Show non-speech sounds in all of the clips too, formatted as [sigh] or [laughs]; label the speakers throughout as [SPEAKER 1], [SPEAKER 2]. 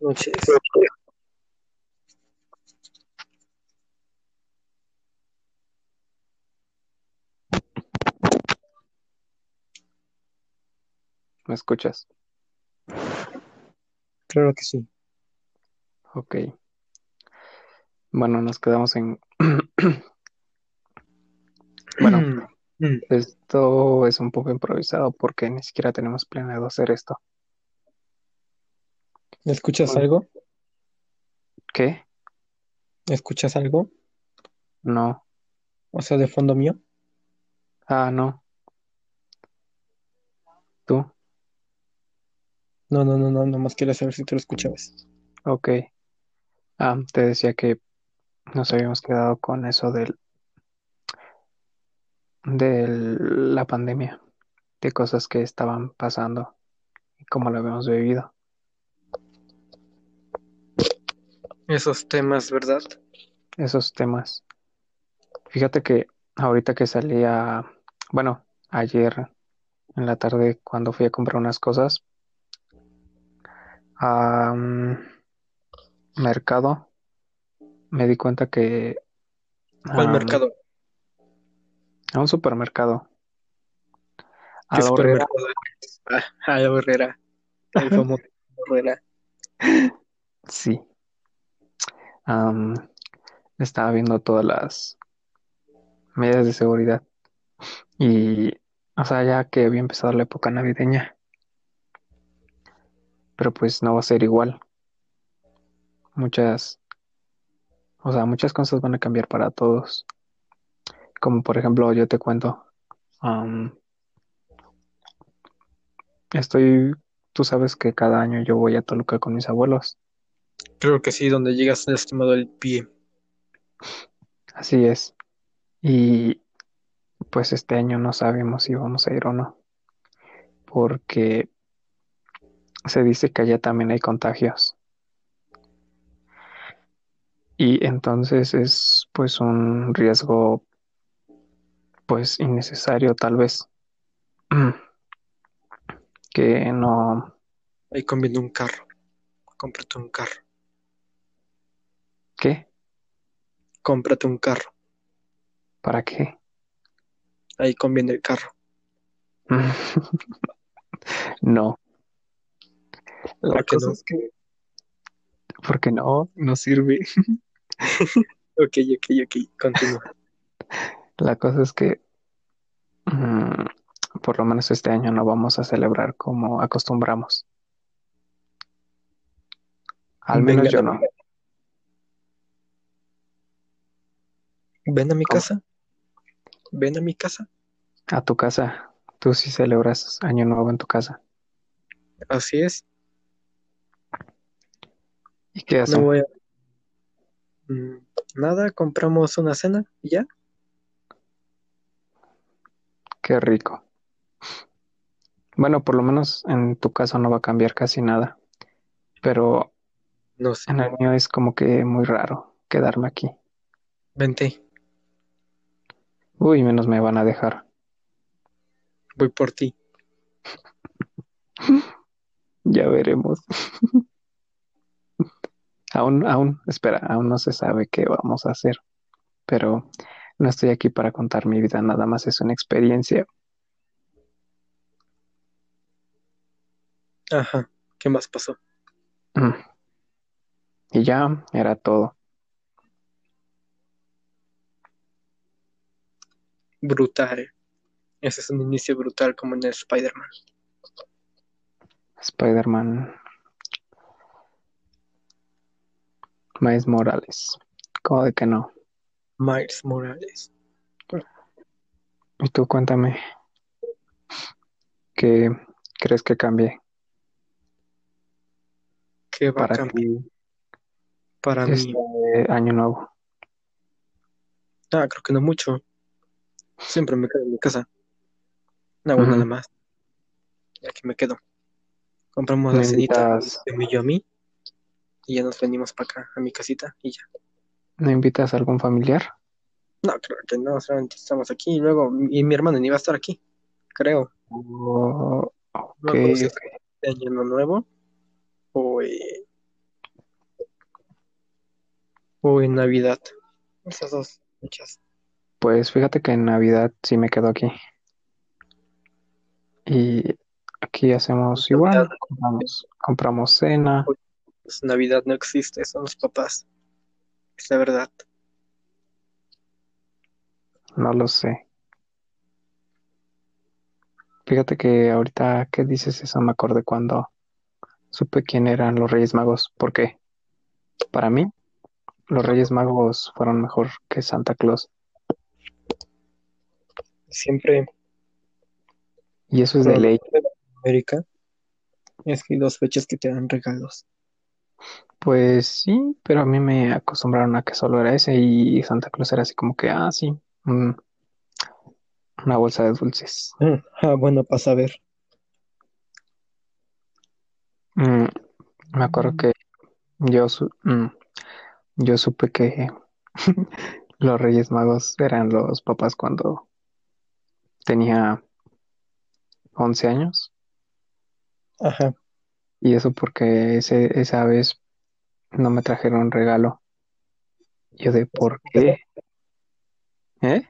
[SPEAKER 1] noches.
[SPEAKER 2] ¿Me escuchas?
[SPEAKER 1] Claro que sí.
[SPEAKER 2] Ok. Bueno, nos quedamos en... [clears throat]
[SPEAKER 1] [clears throat]
[SPEAKER 2] bueno,
[SPEAKER 1] Mm,
[SPEAKER 2] esto es un poco improvisado porque ni siquiera tenemos planeado hacer esto.
[SPEAKER 1] ¿Escuchas
[SPEAKER 2] Bueno.
[SPEAKER 1] algo?
[SPEAKER 2] ¿Qué?
[SPEAKER 1] ¿Escuchas algo?
[SPEAKER 2] No.
[SPEAKER 1] O sea, de fondo mío.
[SPEAKER 2] Ah, no. ¿Tú?
[SPEAKER 1] No, no, no, no, nomás quería saber si tú lo escuchabas.
[SPEAKER 2] Ok. Ah, te decía que nos habíamos quedado con eso del... de la pandemia, de cosas que estaban pasando y cómo lo habíamos vivido.
[SPEAKER 1] Esos temas, ¿verdad?
[SPEAKER 2] esos temas. Fíjate que ahorita que salí a, bueno, ayer en la tarde cuando fui a comprar unas cosas a mercado, me di cuenta que
[SPEAKER 1] ¿Cuál
[SPEAKER 2] am,
[SPEAKER 1] mercado?
[SPEAKER 2] a un supermercado, a
[SPEAKER 1] ¿Qué
[SPEAKER 2] la horrera,
[SPEAKER 1] supermercado? Ah, a la Herrera. El famoso Herrera.
[SPEAKER 2] sí, am, estaba viendo todas las medidas de seguridad y, o sea, ya que había empezado la época navideña. pero pues no va a ser igual. Muchas, o sea, muchas cosas van a cambiar para todos. Como por ejemplo, yo te cuento, am, estoy, tú sabes que cada año yo voy a Toluca con mis abuelos.
[SPEAKER 1] Creo que sí, donde llegas lastimado el pie.
[SPEAKER 2] Así es. Y pues este año no sabemos si vamos a ir o no, porque se dice que allá también hay contagios. Y entonces es pues un riesgo pues innecesario tal vez [clears throat] que no
[SPEAKER 1] Ahí conviene un carro. Cómprate un carro.
[SPEAKER 2] ¿qué?
[SPEAKER 1] Cómprate un carro.
[SPEAKER 2] ¿Para qué?
[SPEAKER 1] Ahí conviene el carro.
[SPEAKER 2] [laughs] No. La
[SPEAKER 1] ¿Por qué
[SPEAKER 2] cosa
[SPEAKER 1] no?
[SPEAKER 2] es que porque no, no sirve.
[SPEAKER 1] [laughs] Ok, ok, ok. Continúa.
[SPEAKER 2] La cosa es que mm, por lo menos este año no vamos a celebrar como acostumbramos. Al menos
[SPEAKER 1] Venga,
[SPEAKER 2] yo no.
[SPEAKER 1] ven a mi
[SPEAKER 2] ¿Cómo?
[SPEAKER 1] casa. Ven a mi casa.
[SPEAKER 2] A tu casa. Tú sí celebras Año Nuevo en tu casa.
[SPEAKER 1] Así es.
[SPEAKER 2] ¿Y qué
[SPEAKER 1] No
[SPEAKER 2] hacen?
[SPEAKER 1] voy a... Mm, Nada, compramos una cena y ya.
[SPEAKER 2] Qué rico. Bueno, por lo menos en tu caso no va a cambiar casi nada. Pero
[SPEAKER 1] No sé.
[SPEAKER 2] en el mío es como que muy raro quedarme aquí.
[SPEAKER 1] Vente,
[SPEAKER 2] Uy, menos me van a dejar.
[SPEAKER 1] voy por ti.
[SPEAKER 2] Ya veremos. [laughs] Aún, aún, espera, aún no se sabe qué vamos a hacer. Pero no estoy aquí para contar mi vida, nada más es una experiencia.
[SPEAKER 1] Ajá. ¿Qué más pasó?
[SPEAKER 2] Mm. Y ya era todo.
[SPEAKER 1] Brutal. Ese es un inicio brutal como en el Spider-Man.
[SPEAKER 2] Spider-Man, Miles Morales. ¿Cómo de que no?
[SPEAKER 1] Miles Morales.
[SPEAKER 2] Y tú cuéntame, ¿qué crees que cambie
[SPEAKER 1] ¿Qué va a
[SPEAKER 2] para
[SPEAKER 1] cambiar
[SPEAKER 2] ti
[SPEAKER 1] para
[SPEAKER 2] este
[SPEAKER 1] mí?
[SPEAKER 2] año nuevo?
[SPEAKER 1] Ah, creo que no mucho. Siempre me quedo en mi casa. No hago
[SPEAKER 2] Ujú.
[SPEAKER 1] nada más. Aquí me quedo. Compramos
[SPEAKER 2] ¿Me
[SPEAKER 1] la cenita.
[SPEAKER 2] invitas,
[SPEAKER 1] de mi yo a mí. Y ya nos venimos para acá, a mi casita. Y ya.
[SPEAKER 2] ¿me invitas a algún familiar?
[SPEAKER 1] No, creo que no. Solamente estamos aquí. Y luego, y mi hermano ni va a estar aquí. Creo.
[SPEAKER 2] Oh, ok,
[SPEAKER 1] No me acuerdo si
[SPEAKER 2] ok.
[SPEAKER 1] es año nuevo. O eh, o en Navidad. Esas dos fechas.
[SPEAKER 2] Pues fíjate que en Navidad sí me quedo aquí. Y aquí hacemos igual,
[SPEAKER 1] Navidad.
[SPEAKER 2] compramos, compramos cena.
[SPEAKER 1] Pues, Navidad no existe, son los papás. Es la verdad.
[SPEAKER 2] No lo sé. Fíjate que ahorita que dices eso me acordé cuando supe quién eran los Reyes Magos, porque para mí los Reyes Magos fueron mejor que Santa Claus.
[SPEAKER 1] Siempre
[SPEAKER 2] Y eso es Pues
[SPEAKER 1] Pero-
[SPEAKER 2] de ley,
[SPEAKER 1] América es que hay dos fechas que te dan regalos.
[SPEAKER 2] pues sí, pero a mí me acostumbraron a que solo era ese y Santa Claus era así como que, ah, sí, mm, una bolsa de dulces.
[SPEAKER 1] Ah, ah, bueno, pasa a ver.
[SPEAKER 2] Mm, me acuerdo que yo, su- mm, yo supe que [laughs] los Reyes Magos eran los papás cuando tenía 11 años.
[SPEAKER 1] Ajá.
[SPEAKER 2] Y eso porque ese, esa vez no me trajeron regalo. Yo de por qué. ¿Eh?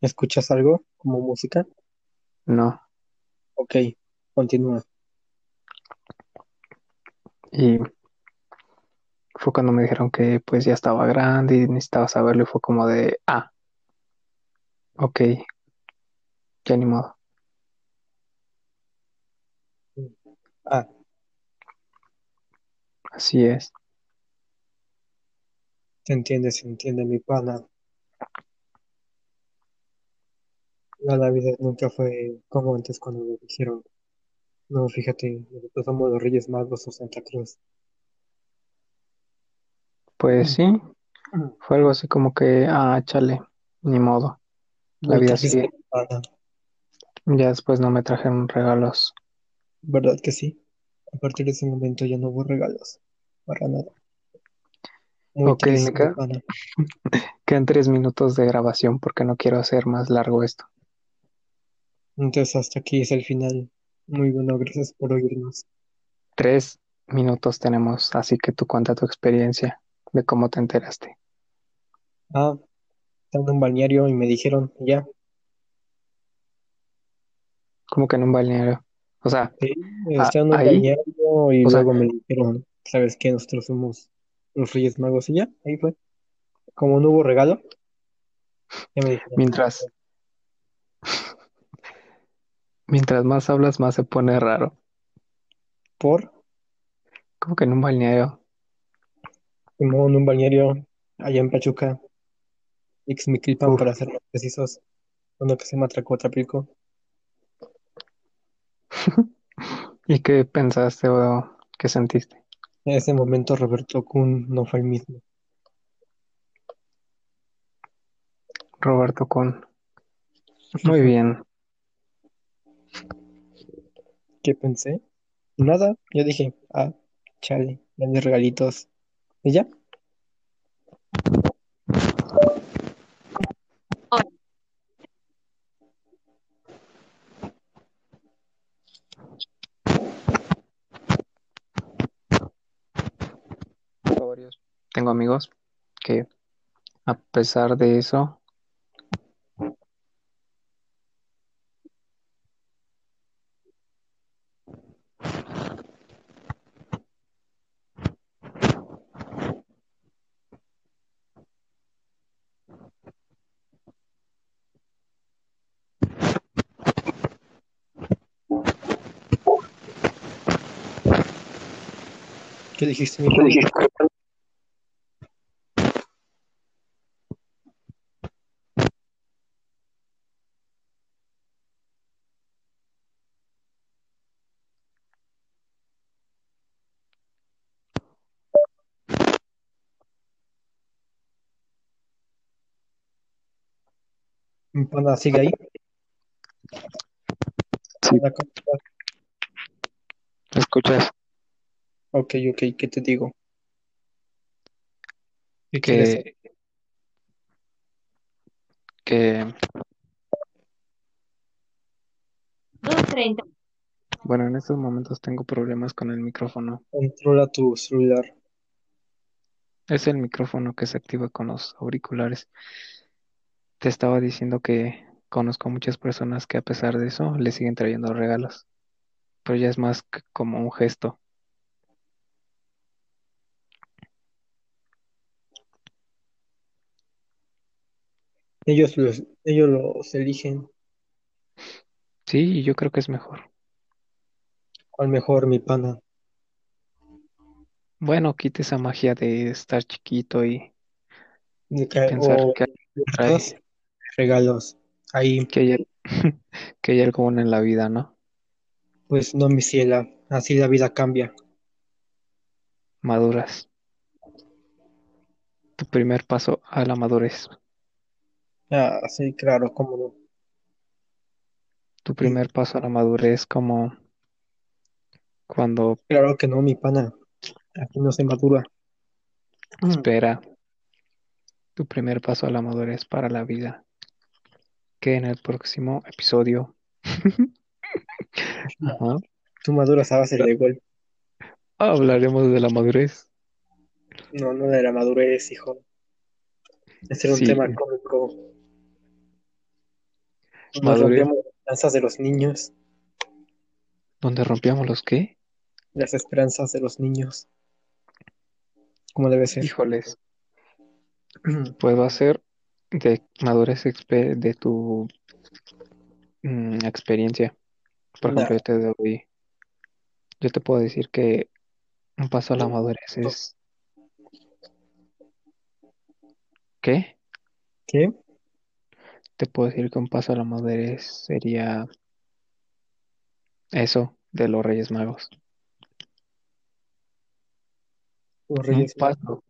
[SPEAKER 1] ¿Escuchas algo como música?
[SPEAKER 2] No.
[SPEAKER 1] Ok, continúa.
[SPEAKER 2] Y fue cuando me dijeron que pues ya estaba grande y necesitaba saberlo y fue como de, ah, ok, ya ni modo.
[SPEAKER 1] Ah,
[SPEAKER 2] Así es.
[SPEAKER 1] te entiende, se entiende, mi pana. La Navidad nunca fue como antes cuando me dijeron. No, fíjate, nosotros somos los Reyes Magos o Santa Cruz.
[SPEAKER 2] Pues sí, fue algo así como que, ah, chale, ni modo. La vida sigue. Ya después no me trajeron regalos.
[SPEAKER 1] ¿Verdad que sí? A partir de ese momento ya no hubo regalos. Para nada. Muy
[SPEAKER 2] Ok,
[SPEAKER 1] triste,
[SPEAKER 2] Nica.
[SPEAKER 1] mi pana.
[SPEAKER 2] Quedan tres minutos de grabación porque no quiero hacer más largo esto.
[SPEAKER 1] Entonces hasta aquí es el final. Muy bueno, gracias por oírnos.
[SPEAKER 2] Tres minutos tenemos, así que tú cuenta tu experiencia de cómo te enteraste.
[SPEAKER 1] Ah, estaba en un balneario y me dijeron, ya,
[SPEAKER 2] Como que en un balneario. O sea,
[SPEAKER 1] sí,
[SPEAKER 2] Ah,
[SPEAKER 1] estaba en un
[SPEAKER 2] ahí,
[SPEAKER 1] balneario y
[SPEAKER 2] o sea-
[SPEAKER 1] luego me dijeron, ¿sabes qué? Nosotros somos los Reyes Magos y ya, ahí fue. Como no hubo regalo, ya me dijeron,
[SPEAKER 2] mientras, [laughs] mientras más hablas, más se pone raro.
[SPEAKER 1] por,
[SPEAKER 2] Como que en un balneario.
[SPEAKER 1] como en un balneario allá en Pachuca, Ixmiquilpan
[SPEAKER 2] Uf.
[SPEAKER 1] para ser más precisos, uno que se llama Tlacoatzapico.
[SPEAKER 2] ¿Y qué pensaste o qué sentiste?
[SPEAKER 1] En ese momento Roberto Kun no fue el mismo.
[SPEAKER 2] Roberto Con. Muy bien.
[SPEAKER 1] ¿Qué pensé? Nada, yo dije, ah, chale, grandes regalitos. Y ya,
[SPEAKER 2] varios. Tengo amigos que, a pesar de eso,
[SPEAKER 1] ¿qué dijiste, mi pana? Mi pana sigue ahí.
[SPEAKER 2] Sí.
[SPEAKER 1] La cosa-
[SPEAKER 2] ¿me escuchas?
[SPEAKER 1] Ok, ok, ¿qué te digo? ¿Qué quieres saber?
[SPEAKER 2] que, que,
[SPEAKER 3] 2.30.
[SPEAKER 2] bueno, en estos momentos tengo problemas con el micrófono.
[SPEAKER 1] Controla tu celular.
[SPEAKER 2] Es el micrófono que se activa con los auriculares. Te estaba diciendo que conozco muchas personas que a pesar de eso le siguen trayendo regalos, pero ya es más c- como un gesto.
[SPEAKER 1] Ellos los, ellos los eligen.
[SPEAKER 2] Sí, y yo creo que es mejor.
[SPEAKER 1] ¿Cuál mejor, mi pana?
[SPEAKER 2] Bueno, quita esa magia de estar chiquito y,
[SPEAKER 1] De
[SPEAKER 2] y
[SPEAKER 1] que-
[SPEAKER 2] pensar
[SPEAKER 1] Eh, O
[SPEAKER 2] que alguien te
[SPEAKER 1] dos
[SPEAKER 2] trae,
[SPEAKER 1] regalos. Ahí,
[SPEAKER 2] que hay, al- [laughs] que hay algo bueno en la vida, ¿no?
[SPEAKER 1] pues no, mi ciela. Así la vida cambia.
[SPEAKER 2] Maduras. Tu primer paso a la madurez.
[SPEAKER 1] Ah, sí, claro, cómo no.
[SPEAKER 2] Tu
[SPEAKER 1] Mm,
[SPEAKER 2] primer paso a la madurez como cuando
[SPEAKER 1] Claro que no, mi pana. Aquí no se madura. Mm,
[SPEAKER 2] espera tu primer paso a la madurez para la vida. Que en el próximo episodio. [laughs] Ajá.
[SPEAKER 1] Tú maduras a base de golpe.
[SPEAKER 2] Hablaremos de la madurez.
[SPEAKER 1] No, no de la madurez, hijo. Este era un
[SPEAKER 2] Sí, pues.
[SPEAKER 1] tema cómico. Nos
[SPEAKER 2] madurez.
[SPEAKER 1] rompíamos las esperanzas de los niños.
[SPEAKER 2] ¿Dónde rompíamos los qué?
[SPEAKER 1] Las esperanzas de los niños. Como debe ser.
[SPEAKER 2] Híjoles. Pues va a ser de madurez expe- de tu mm, experiencia. Por
[SPEAKER 1] Nah,
[SPEAKER 2] ejemplo, yo te doy, yo te puedo decir que un paso a la madurez
[SPEAKER 1] no.
[SPEAKER 2] es ¿qué?
[SPEAKER 1] [clears throat] ¿Qué?
[SPEAKER 2] Te puedo decir que un paso a la madurez sería eso de los Reyes Magos.
[SPEAKER 1] Los
[SPEAKER 2] Un
[SPEAKER 1] Reyes Magos.
[SPEAKER 2] paso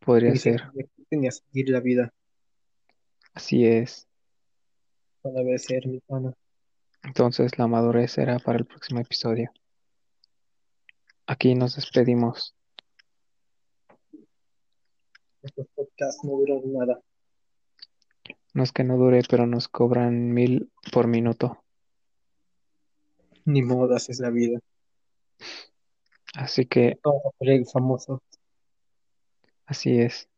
[SPEAKER 2] podría
[SPEAKER 1] Ni
[SPEAKER 2] ser,
[SPEAKER 1] tenía seguir la vida.
[SPEAKER 2] así es.
[SPEAKER 1] Como debe ser, mi pana.
[SPEAKER 2] Entonces la madurez será para el próximo episodio. Aquí nos despedimos.
[SPEAKER 1] Estos podcasts no duran nada.
[SPEAKER 2] No es que no dure, pero nos cobran mil por minuto.
[SPEAKER 1] Ni modo, así es la vida.
[SPEAKER 2] Así que
[SPEAKER 1] Vamos a ser el famoso.
[SPEAKER 2] así es.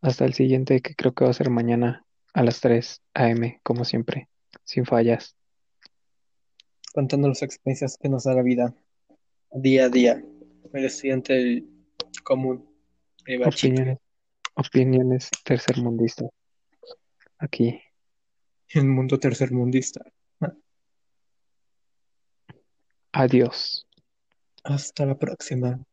[SPEAKER 2] Hasta el siguiente, que creo que va a ser mañana a las 3 a.m., como siempre, sin fallas.
[SPEAKER 1] Contando las experiencias que nos da la vida. Día a día. El estudiante del común. El bachique.
[SPEAKER 2] Opiniones, opiniones tercermundistas. Aquí,
[SPEAKER 1] El mundo tercermundista.
[SPEAKER 2] adiós.
[SPEAKER 1] Hasta la próxima.